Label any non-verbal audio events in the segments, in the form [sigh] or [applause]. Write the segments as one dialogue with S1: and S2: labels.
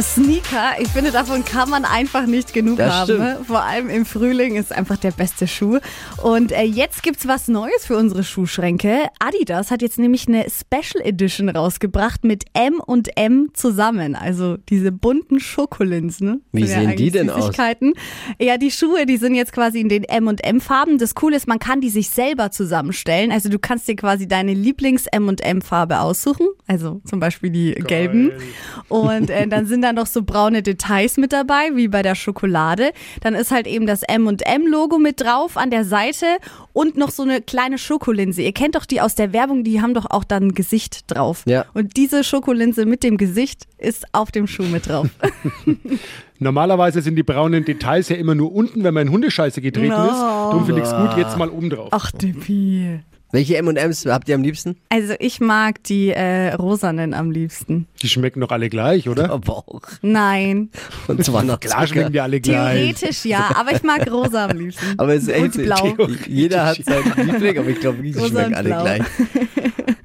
S1: Sneaker, ich finde, davon kann man einfach nicht genug
S2: Das
S1: haben. ne?
S2: stimmt.
S1: Vor allem im Frühling ist einfach der beste Schuh. Und äh, jetzt gibt's was Neues für unsere Schuhschränke. Adidas hat jetzt nämlich eine Special Edition rausgebracht mit M und M zusammen. Also diese bunten Schokolinsen. ne?
S2: Wie
S1: Sind ja
S2: sehen die
S1: eigentlich
S2: denn aus?
S1: Süßigkeiten. Ja, die Schuhe, die sind jetzt quasi in den M und M Farben. Das Coole ist, man kann die sich selber zusammenstellen. Also du kannst dir quasi deine Lieblings M und M Farbe aussuchen. Also zum Beispiel die gelben. Und äh, dann sind da noch so braune Details mit dabei, wie bei der Schokolade. Dann ist halt eben das M&M-Logo mit drauf an der Seite und noch so eine kleine Schokolinse. Ihr kennt doch die aus der Werbung, die haben doch auch dann ein Gesicht drauf.
S2: Ja.
S1: Und diese Schokolinse mit dem Gesicht ist auf dem Schuh mit
S2: [laughs]
S1: drauf.
S3: Normalerweise sind die braunen Details ja immer nur unten, wenn man in Hundescheiße getreten
S1: No.
S3: ist. Darum finde ich es gut, jetzt mal oben drauf.
S1: Ach, Dippi.
S2: Welche M&M's habt ihr am liebsten?
S1: Also ich mag die äh, rosanen am liebsten.
S3: Die schmecken doch alle gleich, oder?
S2: Aber auch.
S1: Nein,
S2: Und zwar noch
S3: Klar
S2: Zucker.
S3: schmecken die alle gleich.
S1: theoretisch ja, aber ich mag rosa am liebsten.
S2: Aber es ist echt,
S1: und
S2: [laughs]
S1: blau.
S2: jeder hat seinen Liebling, aber ich glaube,
S3: [laughs]
S2: die
S1: Rosa und
S2: schmecken alle
S1: blau.
S2: gleich.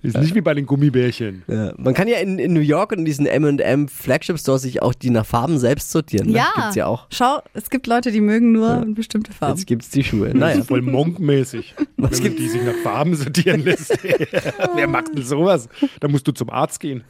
S3: Ist nicht wie bei den Gummibärchen.
S2: Ja. Man kann ja in, in New York und in diesen M&M Flagship Stores sich auch die nach Farben selbst sortieren. Ne?
S1: Ja.
S2: Gibt's ja auch.
S1: Schau, es gibt Leute, die mögen nur bestimmte Farben.
S2: Jetzt gibt's die Schuhe.
S3: Das [laughs]
S2: Naja.
S3: ist
S2: [laughs]
S3: voll monkmäßig. Wenn man
S2: gibt's?
S3: [laughs] die sich nach Farben sortieren lässt. Wer macht denn sowas? Da musst du zum Arzt gehen.